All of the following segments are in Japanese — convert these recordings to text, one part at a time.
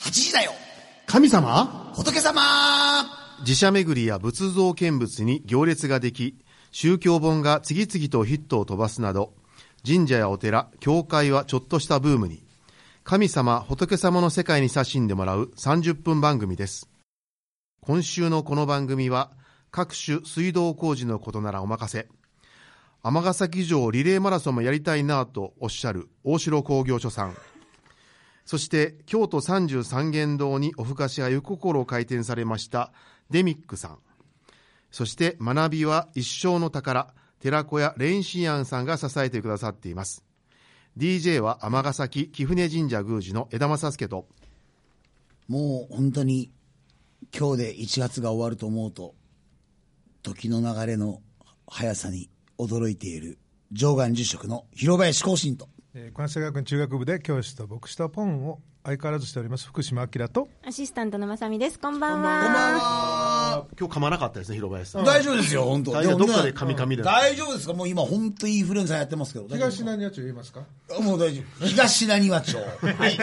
8時だよ神様仏様寺社巡りや仏像見物に行列ができ、宗教本が次々とヒットを飛ばすなど、神社やお寺、教会はちょっとしたブームに、神様、仏様の世界に差しんでもらう30分番組です。今週のこの番組は、各種水道工事のことならお任せ、尼崎城リレーマラソンもやりたいなぁとおっしゃる大城工業所さん、そして京都三十三元堂におふかしがゆく心を開店されましたデミックさん。そして学びは一生の宝、寺子屋蓮心庵さんが支えてくださっています。DJ は尼崎貴船神社宮司の枝正助と、もう本当に今日で1月が終わると思うと時の流れの速さに驚いている上岸住職の広林浩信とえー、関西学院中学部で教師と牧師とポンを相変わらずしております福島明とアシスタントのまさみです。こんばんは。今日噛まなかったですね、広林さん。大丈夫ですよ本当大丈夫どっかで噛み噛みで大丈夫ですかもう今本当インフルエンザやってますけど大丈夫東何やつ言いますかあもう大丈夫東浪花町はい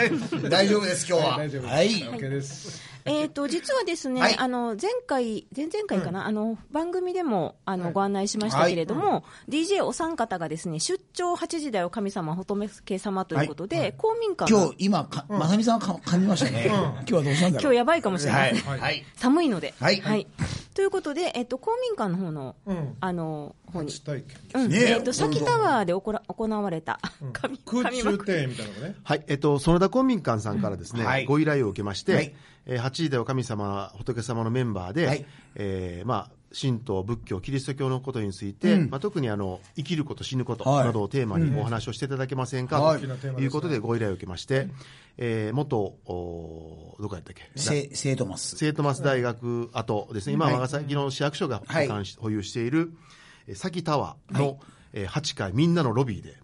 大丈夫です今日は大丈夫ですはい OK ですえっ、と、実はですね、はいあの、前回、前々回かな、あの、番組でも、あの、ご案内しましたけれども、DJ お三方がですね、出張8時だよ神様、仏様ということで、公民館が今日今かまさみさんか噛みましたね今日はどうしたんだろう今日やばいかもしれません。はいはい 寒いので。はいということで、えっと、公民館の方の、うんあの、方に。初体験うん、ねええどんっと、どん先タワーでおこら行われた、神空神幕中庭園みたいなのがねはい、えっと、園田公民館さんからですね、はいご依頼を受けまして、はいえー8時代を神様、仏様のメンバーで、はいえーまあ、神道、仏教、キリスト教のことについて、まあ、特にあの生きること、死ぬことはいなどをテーマにお話をしていただけませんか、はいということでご依頼を受けまして、えー元おーどこやったっけ、せ生徒マス生徒マス大学跡ですね、今、はい尼崎の市役所が保管し、はい保有している、えー崎タワーの、えー8階、みんなのロビーで、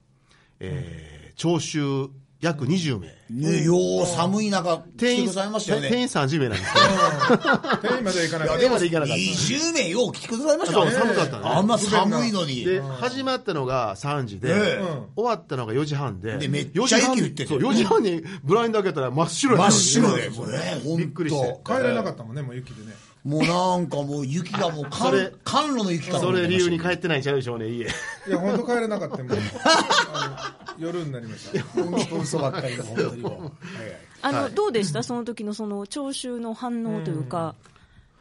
えー聴衆約20名、ね、よう寒い中、来定て員くださいましたよね。定員30名なんですけど、 庭園まで行かないいや、とでも、で行かなかった20名よう来てくださいましたよね。そう寒かったねあんま寒いのに。で、始まったのが3時で、え終わったのが4時半で、でめっちゃ4時半雪降っててそう、4時半にブラインド開けたら真っ白真やっった白で、もうね、ほびっくりして帰れなかったもんねもう雪でねもうなんかもう雪がもう、かそれん寒路の雪かとそ思ってれま理した由に帰ってないんちゃうでしょうね、家。いや本当帰れなか ったもんあの夜になりました本当嘘ばっか りで、本当にもう。はいはいあの、どうでしたその時のその聴衆の反応というか、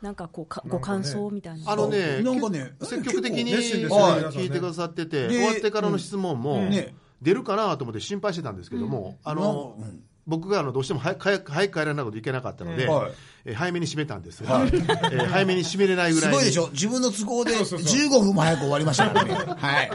なんかこうか、ご感想みたいな。あのね、なんかねけ積極的に結構熱心ですねはい皆さんね聞いてくださってて、で終わってからの質問も、んね出るかなと思って心配してたんですけども、あの、僕があのどうしても早く早く早く帰らないこといけなかったので、うんはいえー早めに閉めたんですが、えー早めに閉めれないぐすらいにごいでしょ自分の都合で15分も早く終わりましたからね。はい。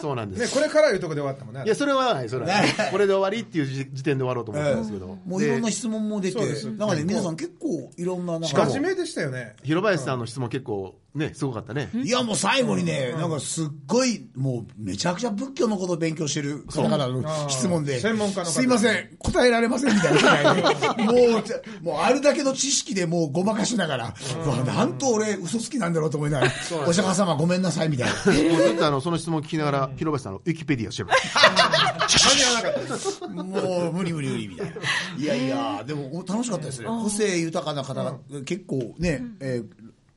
そうなんです、ねこれからいうとこで終わったもんねいや、それはない、それはないこれで終わりっていう時時点で終わろうと思ったんですけど、もういろんなで質問も出てそうです、なんかね、皆さん結構いろんな、なんか真面目でしたよね広林さんの質問、結構ね、すごかったね、いやもう最後にね、なんかすっごい、もうめちゃくちゃ仏教のことを勉強してる方々の質問で、専門家の方すいません、答えられませんみたいな人がいてもうじゃ、もうあるだけの知識でもうごまかしながら、うわなんと俺、嘘つきなんだろうと思いながら、お釈迦様ごめんなさいみたいな。もうずっとあのその質問を聞きながら、広林さんのウィキペディアを調べてもう無理無理無理みたいな。いやいや、でも楽しかったですね。個性豊かな方が結構ね、えー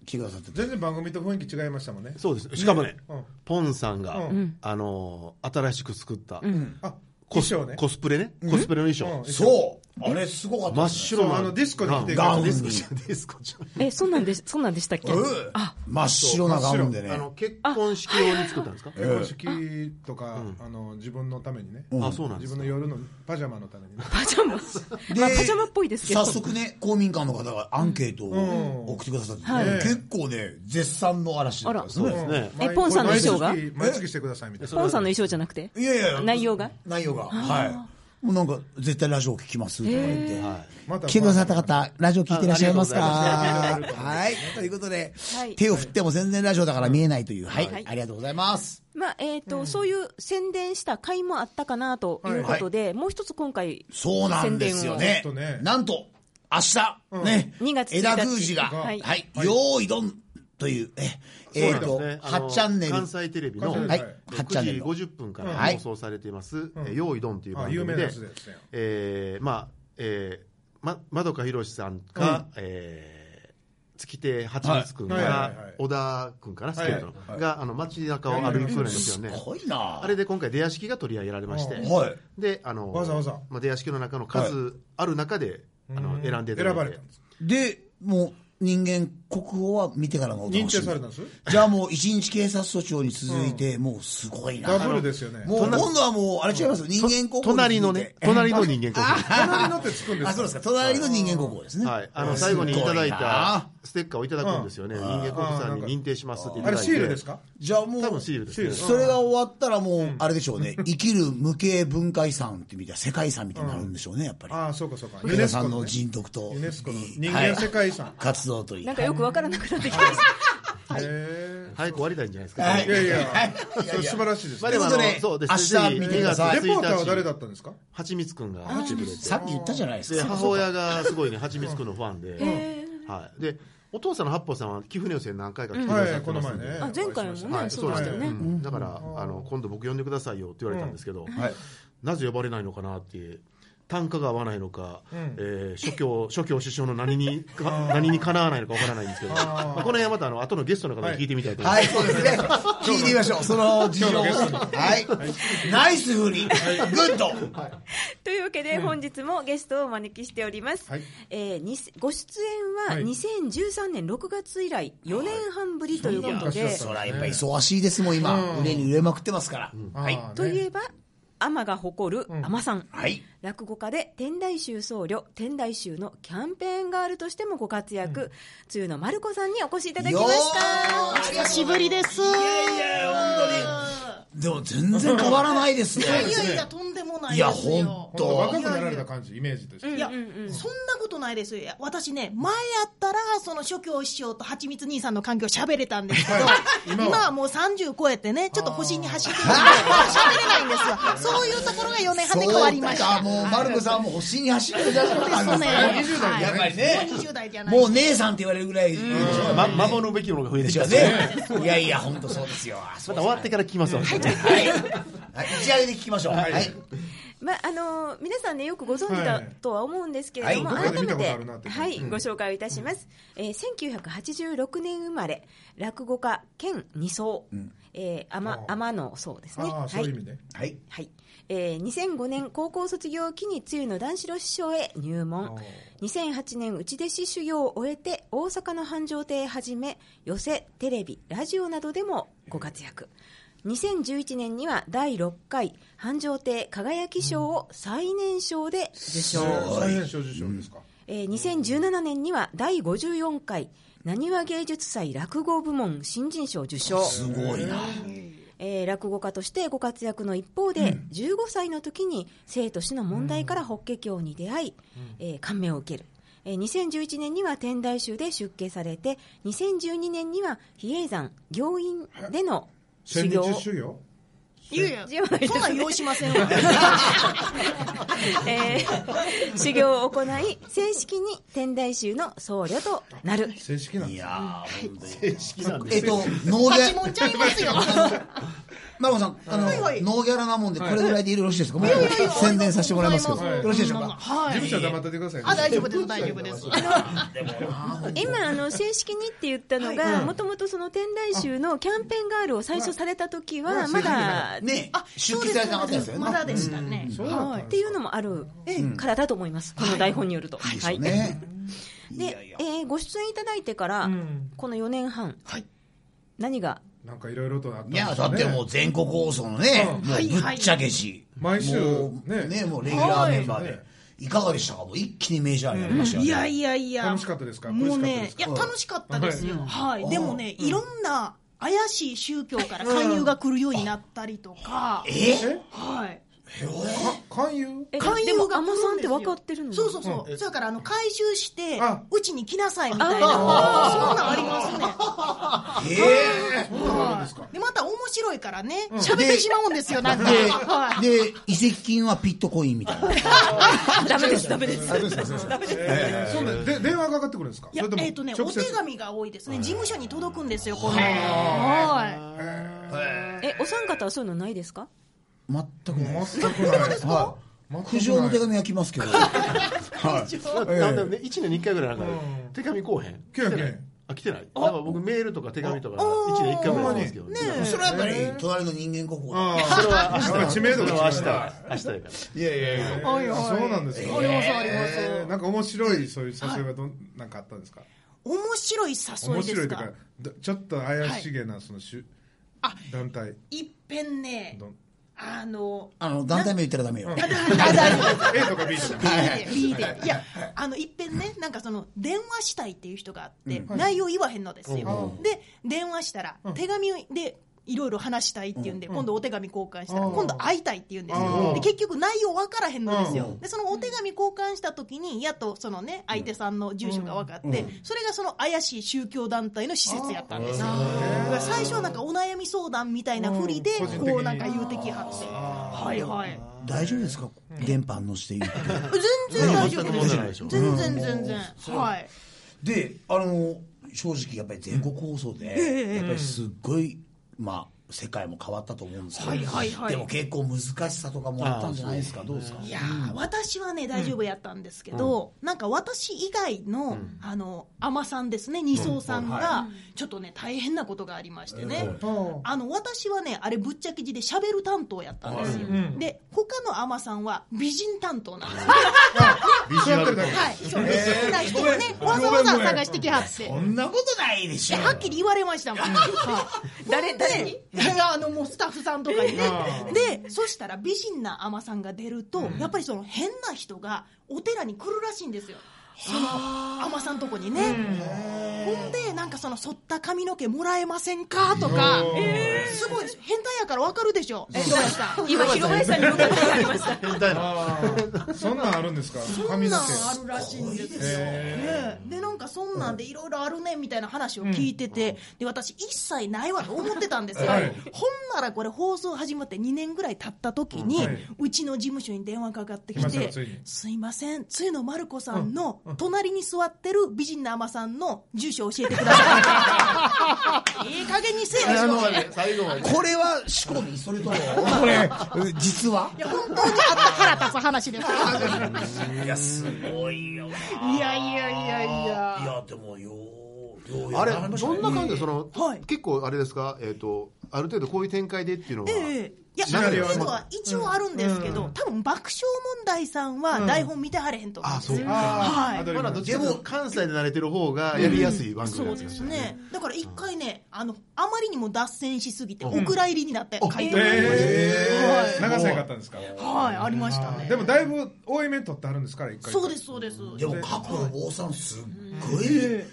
来てくださってて。全然番組と雰囲気違いましたもんねそうですしかもね、うんポンさんが、うあの新しく作った、あコ衣ス装ねコスプレね、コスプレの衣装、うんそうあれすごかった真っですね白そうなあのディスコに着ていくガウンやつディスコじゃんディスコじゃんえ、そんなんでし、そんなんでしたっけうん 真っ白なガウンでね。あの結婚式用に作ったんですか、結婚式とか、あの自分のためにね、あそうなんで自す分の夜のパジャマのためにね、パジャマ。まあ、パジャマっぽいですけど。早速ね公民館の方がアンケートを送ってくださって、はい結構ね絶賛の嵐だったんですそうねですね、えポンさんの衣装が毎月毎月してくださいみたいなポンさんの衣装じゃなくていやいや内容が内容がはいもうなんか絶対ラジオ聞きますとか言って、はいまた来てくださった方、ラジオ聞いていらっしゃいますかあはい。ということで、はい手を振っても全然ラジオだから見えないという。はい。はいありがとうございます。まあ、えっ、と、そういう宣伝した回もあったかなということで、もう一つ今回、そうなんですよね。宣伝をなんと、明日、ね、 2月1日枝宮司が、は、はいいよーいどんという、え、えっ、と、8チャンネル。関西テレビの、はいはいはい、 8チャンネルの。 9時50分からはい放送されています、えー用意ドンという番組あ有名なでやつですね、えーまあえー、ま、窓かひろしさんか、えー月亭八光君が、はいはいはいはい小田君かな、スケートの、はいはいがあの街中を歩くんですよね。すごいなあれで今回、出屋敷が取り上げられまして、はいであのわざわざまあ、出屋敷の中の数ある中で、あうのん選んでいただいて選ばれたんですでもう人間国宝は見てからのお楽しみ認定されたんですじゃあもう一日警察署長に続いて、もうすごいなダブルですよねもう今度はもうあれ違います、人間国宝と隣のね、隣の人間国宝隣のってつくんですあそうですか隣の人間国宝ですね、はい、あの最後にいただいすごいなたステッカーをいただくんですよね、人間国さんに認定しますっていたあだいて、れシールですかじゃあもう多分シールですね、それが終わったらもう、あれでしょう ね、生きる無形文化遺産ってみたいな、世界遺産みたいになるんでしょうね、やっぱり。ああそうかそうか皆さんねの人徳と、ユネスコの人間世界遺産活動といい。なんかよくわからなくなってきました。へ早く終わりたいんじゃないですか、はいえいやいや素晴らしいですまあねでもあのということでそうで明日すね、見2てくだ月さいレポーターは誰だ1ったんですか日、はちみつくんが来てくれて、さっき言ったじゃないですでか。母親がすごいね、はちみつくんのファンで、はい、でお父さんの八方さんは貴船寄せに何回か来てくだはさっいてこまのす前んで、ねあ前回もねはい、そうそうでですねしたよね。うんだからあの今度僕呼んでくださいよって言われたんですけど、なぜ呼ばれないのかなって単価が合わないのか、えー、諸教諸教首相の何にか何にかなわないのかわからないんですけど、まあ、この辺はまたあの後のゲストの方に聞いてみたいと思います。はい、そうですね。聞いてみましょう、その事情を。はい。ナイス風に、グッド というわけで本日もゲストをお招きしております、はいえーにご出演ははい2013年6月以来4年半ぶりということで、はいそりゃやっぱり忙しいですもん、今。売れに売れまくってますから。はい。ああねといえば天が誇る天さん、はい。落語家で天台宗僧侶天台宗のキャンペーンガールとしてもご活躍、つゆのまる子さんにお越しいただきましたー久しぶりですいやいや本当にでも全然変わらないですねいやいや、とんでもないいでやすよ。本本当当若くなられた感じイメージですいや、そんなことないですよ。いや私ね、前やったら、その諸教師匠と蜂蜜兄さんの環境喋れた んですけど、今今ははもう30超えてね、ちょっと星に走ってるんで、喋れないんですよ。そういうところが4年半で変わりましそうた。かもうマルコさんも星に走ってるじゃないそうでですすかねやっぱりねもう20代じゃないもう姉さんって言われるぐらいま、守るべきものが増えてできしまょすね。うねいやいや本当そうですよあそうまた終わってから聞きますわ。はいはい打ち上げで聞きましょうはいまああの皆さんねよくご存知はだいとは思うんですけれども、はいどこかで改見ためことあてるなってはいご紹介をいたします、えー1986年生まれ落語家兼二層、えー、天天野僧ですねああそういう意味ねはいはいえー、2005年高校卒業を機に露の男子郎師匠へ入門2008年内弟子修行を終えて大阪の繁盛亭へはじめ寄席テレビラジオなどでもご活躍2011年には第6回繁盛亭輝き賞を最年少で受賞、最年少受賞ですかえー2017年には第54回なにわ芸術祭落語部門新人賞受賞すごいなえー落語家としてご活躍の一方で、15歳の時に生と死の問題から法華経に出会い、えー感銘を受ける、えー2011年には天台宗で出家されて2012年には比叡山行院での修千行日を修行いやいじゃないでや、すそんなん用しませんわ。 えー修行を行い正式に天台宗の僧侶となる正式なんいですや正式なんでえっとノーギ八ャ問ちゃいますよ。マルコさんあのいはいノーギャラなもんでこれぐらいでよろしいですかもう宣伝させてもらいますけどはよろしいでしょうかは事務い。所は黙っててくださいねあ、大丈夫です、大丈夫です。今あの正式にって言ったのがもともとその天台宗のキャンペーンガールを最初された時はまだねあ、出そう勤でされすてなかったですよねまだでしたね。そうだったんっですていうのもあるからだと思います、この台本によると。はいですよね。でえーご出演いただいてから、この4年半、何が、なんかいろいろとあったんいでしょうや、ねだってもう全国放送のね、もうぶっちゃけし。毎週もうねね、もうレギュラーメンバーで。いかがでしたかもう一気にメジャーになりましたよね。いやいやいや。楽しかったですかも苦うねし、いかや、った楽しかったですよ。はい。んでもね、いろんな怪しい宗教から勧誘が来るようになったりとか、えはい。か勧誘え勧で誘もが来る海ん女ですよさんって分かってるのそうそうそう。だから、あの、回収してあ、うちに来なさいみたいな。そんなんありますね。えはい。で、また面白いからね、喋ってしまうんですよ、なんか。はい。ーで、移籍金はピットコインみたいな。ダメです、ダメです。えーそんなで電話がかかってくるんですかいやそれともえっ、とね、直お接手紙が多いですね。事務所に届くんですよ、この。はえ、お三方はそういうのないですか全くないです。全くないは全くない苦情の手紙は来ますけど。はい。だってなんだよね、1年に1回ぐらいなんかね、手紙来おへん。来ないてないあ、来てない。なんか僕メールとか手紙とか1年1回ぐらいなんですけど。ねそれはやっぱり、隣の人間国宝だ。あそれは明日。やっぱ知名度がそれは明日違う。明日やから。いやいやいや。あそうなんですか。ありますありますえーなんか面白いそういう誘いはどんなんかあったんですか。面白い誘面白いですいというかかどちょっと怪しげなその種あ団体いっぺんねどんあのあの、団体名言ったらダメよ。 A とか B とか。 B でいやあのいっぺんねなんかその電話したいっていう人があって、内容言わへんのですよ、で電話したら、手紙でいろいろ話したいっていうんで、今度お手紙交換したら、うん今度会いたいって言うんですうよんで結局内容分からへんのですよ、うんでそのお手紙交換した時にやっとそのね相手さんの住所が分かって、それがその怪しい宗教団体の施設やったんですよ、だから最初はなんかお悩み相談みたいなふりで、うん個人的にこうなんか言うてきはってはいはい大丈夫ですか電波反応して言って。全然大丈夫全くで問題すないでしょ全然全然はいであの正直やっぱり全国放送でやっぱりすっごい、まあ世界も変わったと思うんですけど、はいはいはいでも結構難しさとかもあったんじゃないですかどうですかいやー私はね大丈夫やったんですけど、なんか私以外の、あの海女さんですね二層さんが、ちょっとね大変なことがありましてね、あの私はねあれぶっちゃけ字でしゃべる担当やったんですよ、で他の海女さんは美人担当なんですよ、ビジュアルとはいそう美人な人をね、わざわざ探してきはってそんなことないでしょはっきり言われましたもん。 はい誰誰にいやあのもうスタッフさんとかにね。で、そしたら美人な海女さんが出ると、やっぱりその変な人がお寺に来るらしいんですよ。その海女さんとこにね。ほんで、なんかその剃った髪の毛もらえませんかとか、すごいです変態やからわかるでしょ。え今広林さんに向かって言われました変態な。あーそんなんあるんですか。そん髪なのん毛。あるらしいんですよ、ねえ、でなんかそんなんでいろいろあるねみたいな話を聞いてて、で私一切ないわと思ってたんですよ、はいほんならこれ放送始まって2年ぐらい経った時に、ううんはいうちの事務所に電話かかって来きましたてかついに「すいませんつゆのまる子さんの隣に座ってる美人な海女さんの住所教えてくださ い」いい加減にせえよ最後まで、最後まで。これは仕込みそれともこれ実はいや本当にあった腹立つ話ですいやすごいよないいやいやいやいややでもようようあれ、やりましたどねんな感じで、そのはい、結構あれですか、えっと、ある程度こういう展開でっていうのは。ええいや、シナあリるオは程度は一応あるんですけど、多分爆笑問題さんは台本見てはれへんと思うんですあよそうあーはアドい。リまブだどっちかというと関西で慣れてる方がやりやすい番組そなうんでですすよね。だから一回ね、あの、あまりにも脱線しすぎて、お蔵入りになって書いてもらいましたえー長さ良かったんですか。はい、ありましたね。でもだいぶ多い目取ってあるんですから一回。そうです、そうです。でも過去の坊さんすっごい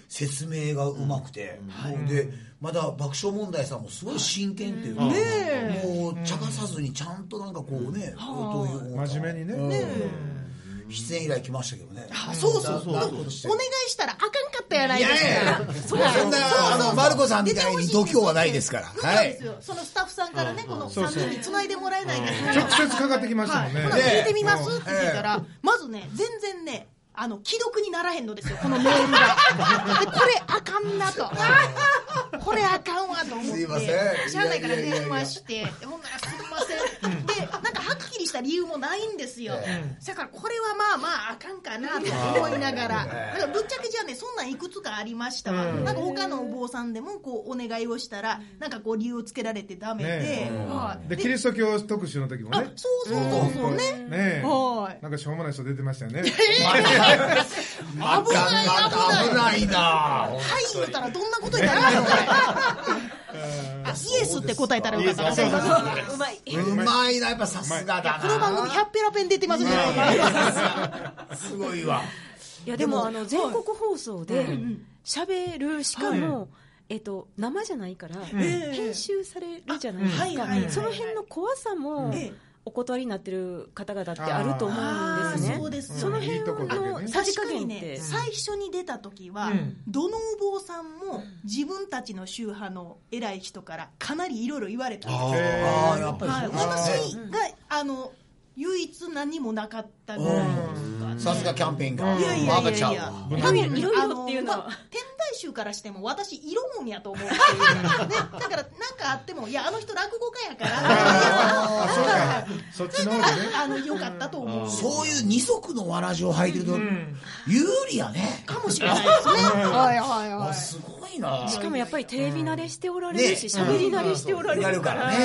説明がうまくて、もうでまた爆笑問題さんもすごい真剣っていうか、もう茶化さずにちゃんとなんかこうね、こうどういう真面目にねうん出演以来来ましたけどね、あそうそうそんなことしてお願いしたらあかんかったやないいでやいすやいか。やそんなあのマルコさんみたいに度胸はないですからそうなはんいですよそのスタッフさんからね、この3人に繋いでもらえないですか直接かかってきましたもんね。ほなね聞いてみますうんって聞いたら、まずね、全然ね、あの、既読にならへんのですよ、このメールが。で、これあかんなと。これあかんわと思って。すいませんしゃあないから電話して、ほんならすいません。で、なんかはっきりした理由もないんですよ。だからこれはまあまああかんかなと思いながら。だからぶっちゃけじゃね、そんなんいくつかありましたわ。なんか他のお坊さんでもこうお願いをしたら、なんかこう理由をつけられてダメで。ねはいでキリスト教特集の時もあね。そうそうそうそうね。ねえは。いなんかしょうもない人出てましたよね。危ない危ない危ないなはい言うたらどんなことになります かこれあイエスって答えたらよかったなうまいうまいなやっぱさすがだこの番組100ペラペン出てますじゃないなすごいわ いやでもあの全国放送で喋るしかも、えっと、生じゃないから、編集されるじゃないですか、あはいはいはいその辺の怖さも、ええお断りになってる方々ってあると思うんですあねーそうですそのいいとこ辺だけのねさじ確加かに減っねて、最初に出た時は、どのお坊さんも自分たちの宗派の偉い人からかなりいろいろ言われたんですよああやっぱりはい、私があの唯一何もなかったぐらいですかねさすがキャンペーンがいやいやいやいや、ちゃうわ多分いろいろっていうのはあまあ天衆からしても私色もんやと思うって いう、ね、だからなんかあってもいやあの人落語家やからいやあそうかそっちの方でねあのよかったと思うそういう二足のわらじを履いてると、有利やね。かもしれないですねはいはいはあいすごいな。しかもやっぱりテレビ慣れしておられるし、喋、り慣れしておられやるるかかららね。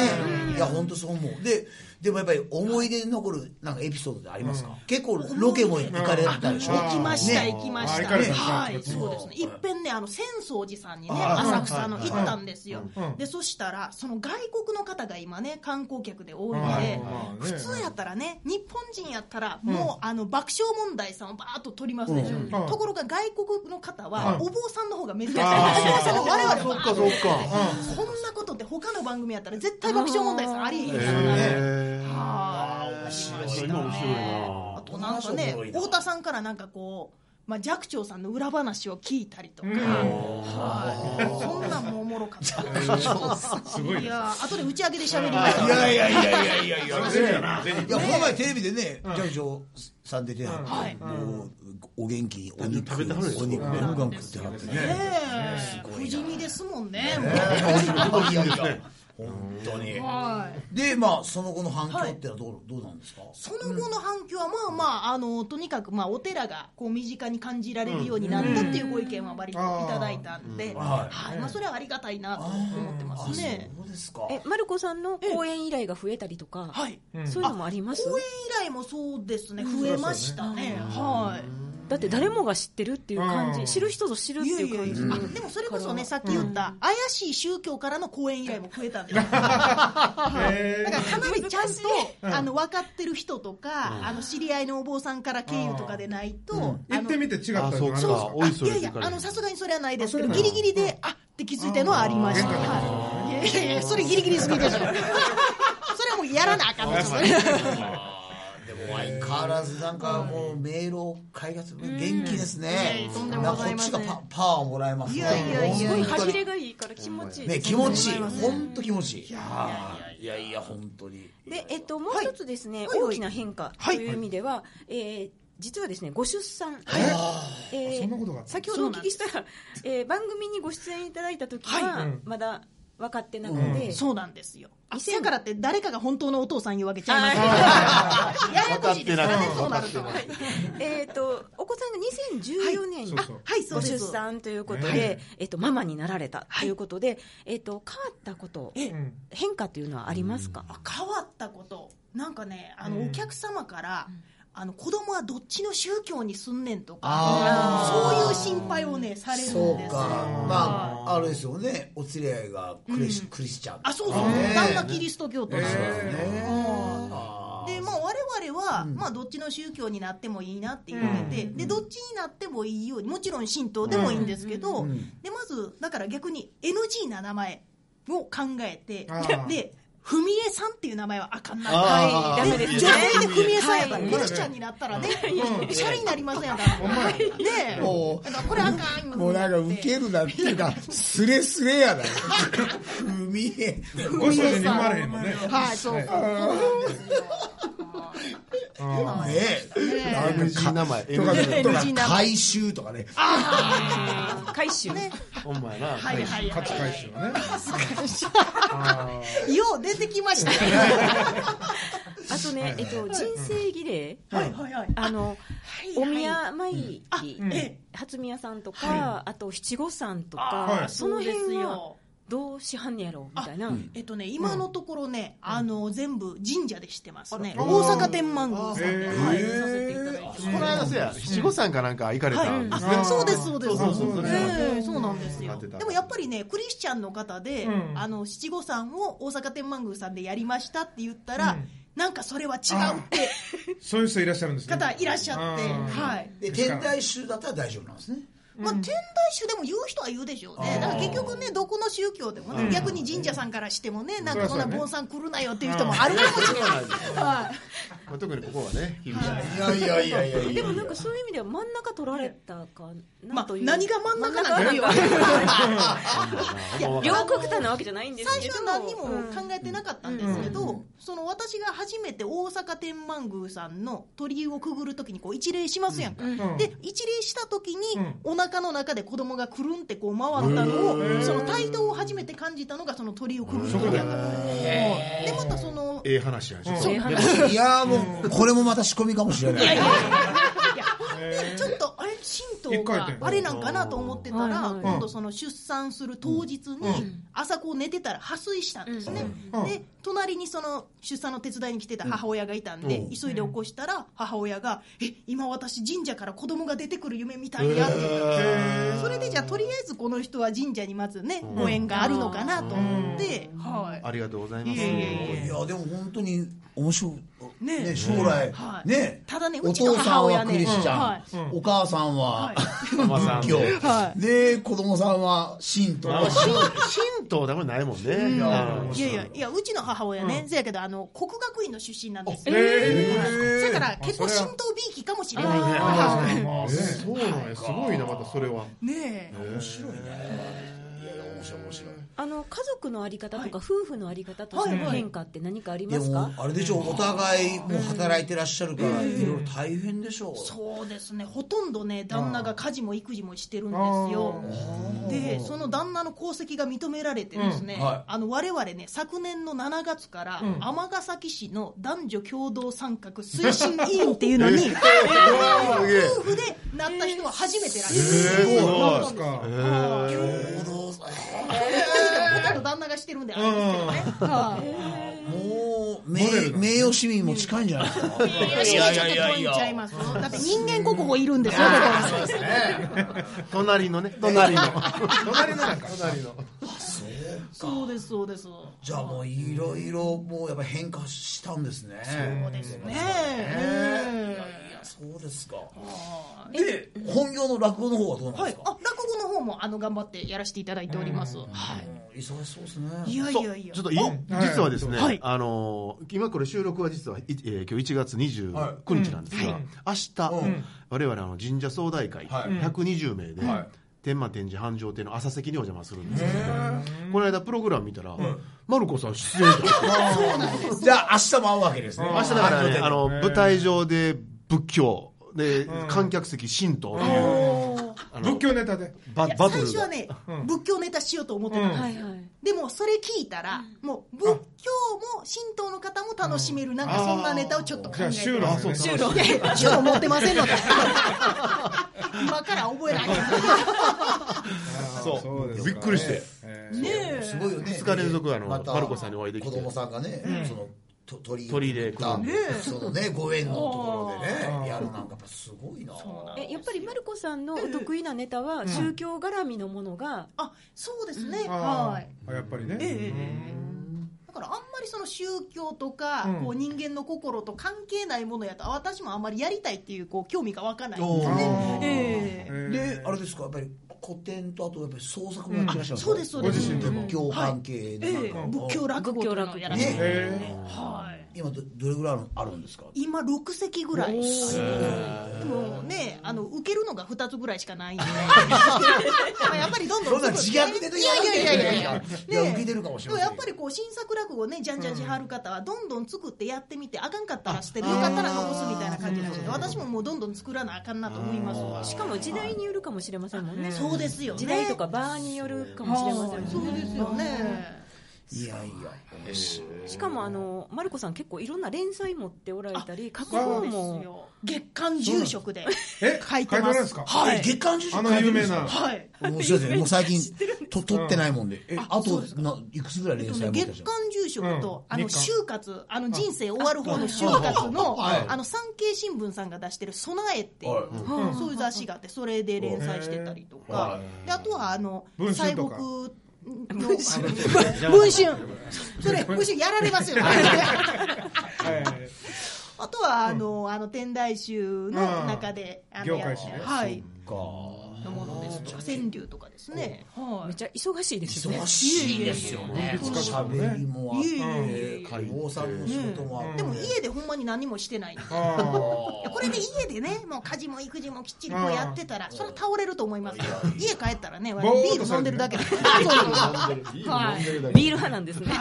いや、本当そう思う。で、でもやっぱり思い出に残るなんかエピソードでありますか、結構ロケも行かれたでしょ行きました、ね行きましあ行た。かれたんですかはい、そっちそうですね。いっぺんね、あの浅草寺さんにね、浅草の行ったんですよ。で、そしたら、その外国の方が今ね、観光客で多いので。普通やったらね、日本人やったら、もう、あの爆笑問題さんをバーっと取りますでしょんところが、外国の方は、お坊さんの方がめっちあゃ。お坊さんの我々そはっかそっか。こんなことって、他の番組やったら、絶対爆笑問題さんありえへんからね。へーはーい今面白いあな。となんかね面白いな太田さんからなんかこう、まあ、寂聴さんの裏話を聞いたりとか、はいそんなんもおもろかったすごいいねやー後で打ち上げで喋りましたいやいやいやいやいやいや、ぜひなぜいや、この前テレビでね、ジャンジョさん出てはって、はいもう、お元気にお肉、食べてはるでしょお肉、ガンガン食ってはってね。ねえ不死身ですもんねもういやいや本当に。はいで、まあ、その後の反響ってのはどう、どうなんですかその後の反響はまあまああのとにかくまあお寺がこう身近に感じられるようになったっていうご意見は割といただいたんで、んははいまあ、それはありがたいなと思ってますね。そうですか。えマルコさんの講演依頼が増えたりとか、はいそういうのもあります公演以来もそうですね増えましたね、はい。だって誰もが知ってるっていう感じ、うん知る人ぞ知るっていう感じあでもそれこそねさっき言った、怪しい宗教からの講演依頼も増えたんですよだからかなりちゃんとあの分かってる人とか、あの知り合いのお坊さんから経由とかでないと、あ行っのてみて違ったあ、とそっかあかるんですか。おいそれいやといいやかれあるのさすがにそれはないですけどあそギれはリギリであって気づいたのはありましたあーはいいやいやいやそれギリギリすぎでしょ それはもうやらなあかんですよねあーでも相変わらずなんかもうメールを開発元気ですねうんいやいやとんでもなんごかこざいっませちがんパパワーをもらえますねいやいやい本や当に端切れがいいから気持ちいい、ね気持ちいい本当気持ちいいいやいやいや本当にで、えっと、もう一つですね、はいはい大きな変化という意味では、えー実はですね、ご出産、えーそんなことがあった先ほどお聞きしたら、えー番組にご出演いただいた時は、はいまだ分かってなくて、そうなんですよ。あ、 2000だからって誰かが本当のお父さん言うわけちゃいますから。ややこしいですからね、そうなると。はいえー、とお子さんが2014年に、はいそうそうはいそうごで出す産ということで、ねえっとママになられたということで、えっと変わったこと変化というのはありますか、変わったこと。なんかね、あの、うんお客様から、あの、子供はどっちの宗教にすんねんとか、あそういーう心配をね、されるんですそうよ。かまああれですよねお連れ合いがクリス,、クリスチャンあ、そうそう。ね旦那キリスト教徒なんですよ。ねあでまあ、我々は、まあ、どっちの宗教になってもいいなって言ってて、でどっちになってもいいようにもちろん神道でもいいんですけど、でまずだから逆に NG な名前を考えてあーで文江さんっていう名前はあかんなあーダでメですね女性で文江さんやったら、はいクリスチャンになったらね、シャレになりませんやから、ねえもうだからこれあかんもうなんかウケるなっていうかスレスレやな踏み絵ご主人に生まれへんもんね。はいそうそうそうなんですよねなんか NG 名前。とか NG とか回収とかね回収、ほんまやな。はいはい価値は回収 ね。いよう出てきましたねあとね、えっと、人生儀礼、はいはいはいあの、いお宮参り、え初宮さんとか、あと七五三とか、はいそのそうです辺はよどうしはんねやろうみたいな、えっとね、今のところね、あの全部神社でしてますね。あら大阪天満宮さんで、へーはい、させていただいてます。この間せや、七五三かなんか行かれたんですね。あーそうですそうです。そうそうそうええそうなんですやよ。ってたでもやっぱりね、クリスチャンの方で、うんあの七五三を大阪天満宮さんでやりましたって言ったら、なんかそれは違うってそういう人いらっしゃるんですね。方いらっしゃって、うんはい。で天台宗だったら大丈夫なんですねまあ、天台宗でも言う人は言うでしょうね、だから結局ね、どこの宗教でもね、逆に神社さんからしてもね、なんかそんな坊さん来るなよっていう人もあるかもしれない。はいまあ特にここはね、厳しい。いやいやいやいやいやでもなんかそういう意味では真ん中取られたかまなあという、、何が真ん中なのよ。両国端なわけじゃないんです最けど初は何にも考えてなかったんですけど、その私が初めて大阪天満宮さんの鳥居をくぐるときにこう一礼しますやんか、んで一礼したときにうん同腹の中で子供がくるんってこう回ったのをその態度を初めて感じたのがその鳥をくるん時だからでまたそのええ話やんそういう話いやーもう、これもまた仕込みかもしれない。いやでちょっとあれ神道一回が転あれなんかなと思ってたらはいはい今度その出産する当日に朝こう寝てたら破水したんですねうんで隣にその出産の手伝いに来てた母親がいたんでうん急いで起こしたら母親が「え今私神社から子供が出てくる夢見たんや」って言うからそれでじゃあとりあえずこの人は神社にまずねご縁があるのかなと思ってはいありがとうございます。いえいいや、でも本当に面白い。ねえね、将来は。いねえただねおうちの父さ母ん親はねクリスチはャン、お母さんははい仏教。で、子供さんは神道。あ神神道だもんないもんね。いやいやいやいやうちの母親ね、せやけどあの国学院の出身なんですよ、えだから結構あそれ神は道びいきかもしれないねあねそうなんや。すごいなまたそれは。ねえ面白いね。いや、面白い面白い。あの家族のあり方とか夫婦のあり方としての変化って何かありでますかも？あれでしょお互いもう働いてらっしゃるからいろいろ大変でしょう、そうですねほとんどね旦那が家事も育児もしてるんですよでその旦那の功績が認められてですね、うんはいあの我々ね昨年の7月から尼、崎市の男女共同参画推進委員っていうの に、夫婦でなった人は初めてらしいです、すそうごですか共同参ほとんど旦那がしてるんであれですけどね、はいもうモデル名だ名誉市民も近いんじゃないですかいやいやいやいやいやちょっと遠いんちゃいますだって人間国宝いるんですよ、ここにい。隣のね。隣の。隣のなんか隣の。そうです、そうです。そじゃあもういろいろもうやっぱ変化したんですねうですね。いやそうですかで本業の落語の方はどうなんはでいす、か、あ、落語の方も、あの、頑張ってやらせていただいております。はい。うん忙しそうですいねやいやいや。ちょっとい実はですね、はいあのー今これ収録は実はい、えー今日1月29日なんですが、明日、我々あの神社総大会はい120名で、はい天満天神繁盛亭の朝席にお邪魔するんですけど、この間プログラム見たら、マルコさん出演者じゃあ明日も会うわけですね明日だから ね、あの舞台上で仏教で観客席神道っていうあの仏教ネタでバいやバト最ル初はがね、仏教ネタしようと思ってたんです、はいはい。でもそれ聞いたら、もう仏教も神道の方も楽しめる、なんかそんなネタをちょっと考じゃえあて修羅のね修羅いや修羅持ってませんので今から覚えないそうそうですかびっくりして、えねえすごいよね二日連続あのまたマルコさんにお会いできて子供さんがね、そのと鳥居鳥居で来るんでそのねご縁のところでねやるなんかやっぱすごいなえやっぱりマルコさんのお得意なネタは宗教絡みのものが、あそうですね、ーはあいーやっぱりねだからあんまりその宗教とか、うんこう人間の心と関係ないものやとあ私もあんまりやりたいっていうこう興味が湧かないんですねお、ーええであれですかやっぱり古典とあとやっぱり創作もやってらっしゃるんかそうですそうですご自身でも仏教関係でなんえか、え仏教落語というのをやらせていただいてええはい今どどれぐらいあるんですか今6席ぐらいもうねあの受けるのが2つぐらいしかないん でまあやっぱりどんどそんんな自虐でとい言わやいなやいいでやいやいいやいややいや受けてるかもしでれもまやせっんぱりこう新作落語ねじゃんじゃんしはる方はどんどん作ってやってみてあかんかったら捨てるよかったら残すみたいな感じなので私ももうどんどん作らなあかんなと思いますわしかも時代によるかもしれませんもんね。そうですよね時代とか場によるかもしれませんもんね。そうですよねいやいや面白いしかもあのマルコさん結構いろんな連載持っておられたり、過去そう本ですもよ月刊住職でえ書い書いててあまるんですすかはい月刊受賞あの有名なはい面白い ですねもう最近と撮ってないもんでえあそうとですないくつぐらい連載持ってら月っしゃる刊住職と、うんあの日刊就活あの人生終わる方の就活の,、はいあの産経新聞さんが出してる「備え」っていう、はいうんそういう雑誌があってそれで連載してたりとか、であとはあの文細春と木かの文春それ文春やられますよはいあとはあの、あの天台宗の中で、うんあの業界誌ねはいかのものですとか川柳とかですね、めっちゃ忙しいですよね忙。しいですよねうん喋りもあっていえいえー坊さんの仕事もあってでも家でほんまに何もしてないんであーこれで家でねもう家事も育児もきっちりこうやってたらそれは倒れると思いますけど家帰ったらねビーっとール飲んでるだけでそうビール派なんですね。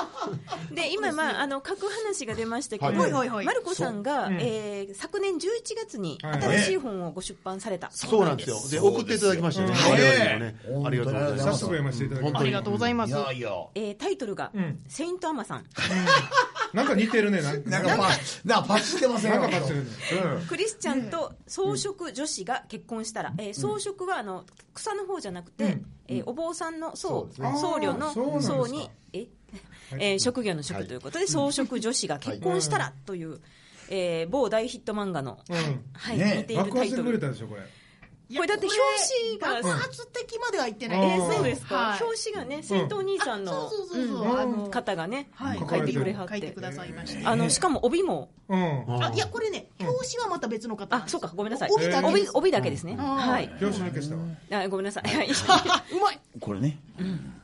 で今、まあ、あの書く話が出ましたけど、はいはいはいマルコさんが、えー昨年11月に新しい本を、本をご出版されたそうなんですよ。で、送っていただきましたね。そうですよ我々にもね。ありがとうございます。早速読ませていただきますありがとうございます。いや。えータイトルが、んセイントアマさん。なんか似てるね。なんなかんかパッ、なんかパチってませんなんかパッてるね。クリスチャンと装飾女子が結婚したら、えー装飾はあの草の方じゃなくて、えーお坊さんの僧、僧侶あーそうなんのですか僧に、ええー職業の職ということで、装飾女子が結婚したらという、えー某大ヒット漫画の、うんはい、ねえ似ている爆タ発イしてトくれル。たでしょこれ。これだって表紙が爆発的までは言ってないうんえけどーそうですか、はい表紙がね、生徒お兄さんのそうそうそうそううんあの方がね、はい書いてくれはっ書いててく。ださいました。あのしかも帯もうん。あいやこれね表紙はまた別の方なんあ、ですそうか、ごめんなさい。帯だけ帯です帯だけですね。はい。表紙の消したわ。あ、ごめんなさい。はい。うまいこれね。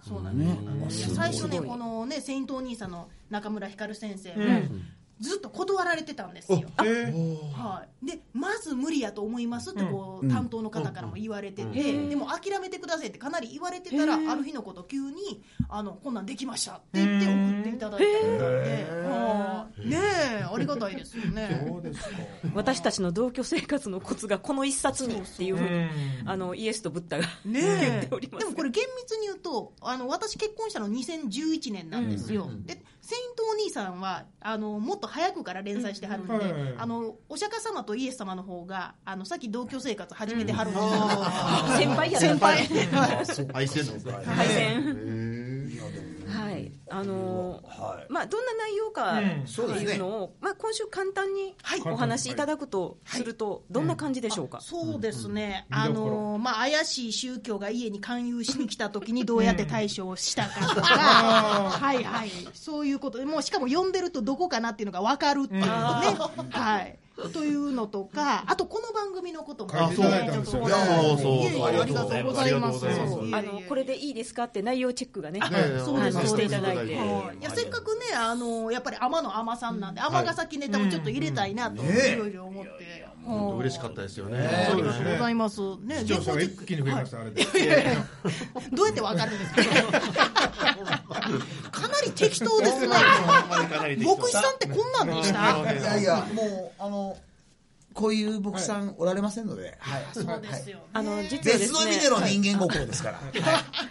そうなんですすいやごい最初すねごいこのねセイントお兄さんの中村光先生、んずっと断られてたんですよ、えーはい、でまず無理やと思いますってこう、担当の方からも言われてて、でも諦めてくださいってかなり言われてたら、ある日のこと急にあの「こんなんできました」って言って送っていただいたみたいで、はいねえありがたいですよねそうですか。 私たちの同居生活のコツがこの一冊にっていうふううに、んあの、イエスとブッダがね言っえておりますでもこれ厳密に言うとあの私結婚したの2011年なんですよ、でセイントお兄さんはあのもっと早くから連載してはるんで、うんうんうんあのお釈迦様とイエス様の方があのさっき同居生活始めてはるんですよ、先輩や先輩。愛せるのか。配線。はい。あのーはまあ、どんな内容かうんっていうのを、まあ、今週簡単にお話しいただくとすると、どんな感じでしょうか。そうですね、うんあ見どこのまあ、怪しい宗教が家に勧誘しに来たときにどうやって対処をしたかとか、はいはい、そういうことで、もうしかも読んでるとどこかなっていうのが分かるっていうね、はい、というのとか、あとこの番組のことも、書いていただいたんですよそういやなんですそういえいえありがとうござありがいます。とうございますそうあの、これでいいですかって内容チェックがね、あえそうの、ですしていただいて。そういやせっかくね、あのやっぱり天の天さんなんで、天ヶ崎ネタをちょっと入れたいなと、いろいろ思って、本当はい嬉しかったですよね。ありそうでがすとうございます。ね、視聴者が一気に増えましたあれで。 どうやってわかるんですかかなり適当ですね。牧師さんってこんなんでしたいやいや、もう、あの、こういう僕さんおられませんので、はい。そうですよ。あの、実はで別すの意味ねで、の人間ごっこですから。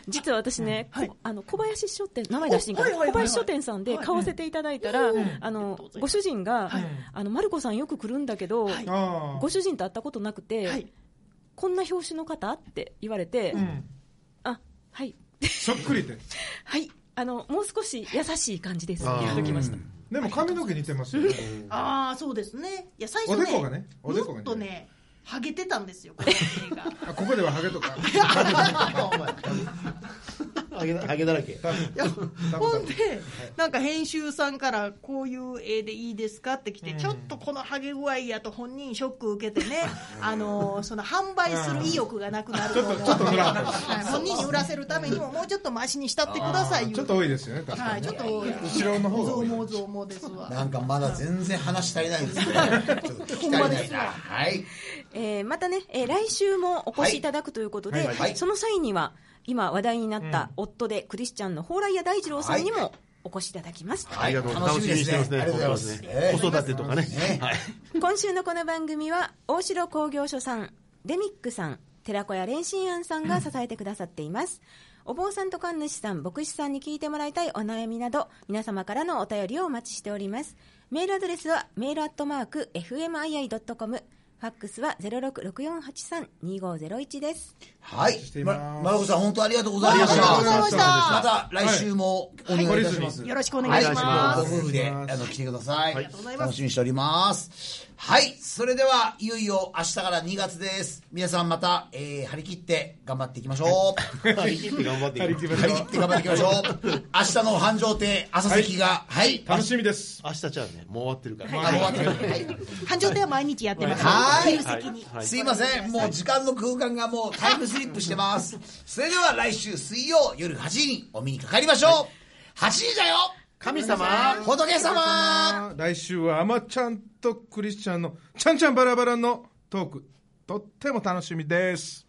実は私ね、こあの小林書店名前出していいかな、おはいはいはい小林書店さんで買わせていただいたら、あのご主人が、あのマルコさんよく来るんだけど、あご主人と会ったことなくて、はいこんな表紙の方って言われて、あ。うん。あはいそっくりで。はいあのもう少し優しい感じですって言ってきました。でも髪の毛似てますよね。ああ、そうですね。いや、最お初でね、こがね。おでこもがっとね。ね、ハゲてたんですよ、この映画。あここではハゲとか。あげあげだらけ。 ほんで、なんか編集さんから、こういう絵でいいですかって来て、ちょっとこのハゲ具合やと本人ショック受けて ね、あのーその販売する意欲がなくなると思うちょっとちょっと裏がはい本人に売らせるためにも、もうちょっとマシにしたってください言うちょっと多いですよね。確かはい、にちょねっ。と、後ろの方が増多い。毛増毛ですわ。なんかまだ全然話足りないですね。ちょっと聞き足りないな。はい。えーまたね、えー来週もお越しいただくということで、はいはいその際には今話題になった夫でクリスチャンの蓬莱屋大二郎さんにもお越しいただきます。ありがとうございます。楽しみにしてますね。楽しみですねありがとうございます子育てとかね。ねはい。今週のこの番組は大城工業所さんデミックさん寺子屋蓮心庵さんが支えてくださっています、お坊さんと神主さん牧師さんに聞いてもらいたいお悩みなど皆様からのお便りをお待ちしておりますメールアドレスはメールアットマーク FMII.com ファックスは0664832501ですはいして。いますま、まるこさん、本当ありがとうございました。ありがとうございましたまた来週もお願いいたします。はいよろしくお願いしますはいご夫婦で、あの、来てください。りがとうございます楽しみにしております。はい。それでは、いよいよ明日から2月です。皆さんまた、えー、張り切って頑張っていきましょう。張り切って頑張っていきます。張り切って頑張っていきましょう。明日の繁盛亭、朝席が、はい。楽しみです。明日じゃあね、もう終わってるから。あ終わってるはい繁盛では毎日やってます。はい自由席に。すいません、もう時間の空間がもうタイムスリップしてます。それでは来週水曜夜8時にお目にかかりましょう。8時だよ神様仏様来週はあまちゃんとクリスチャンのちゃんちゃんバラバラのトークとっても楽しみです。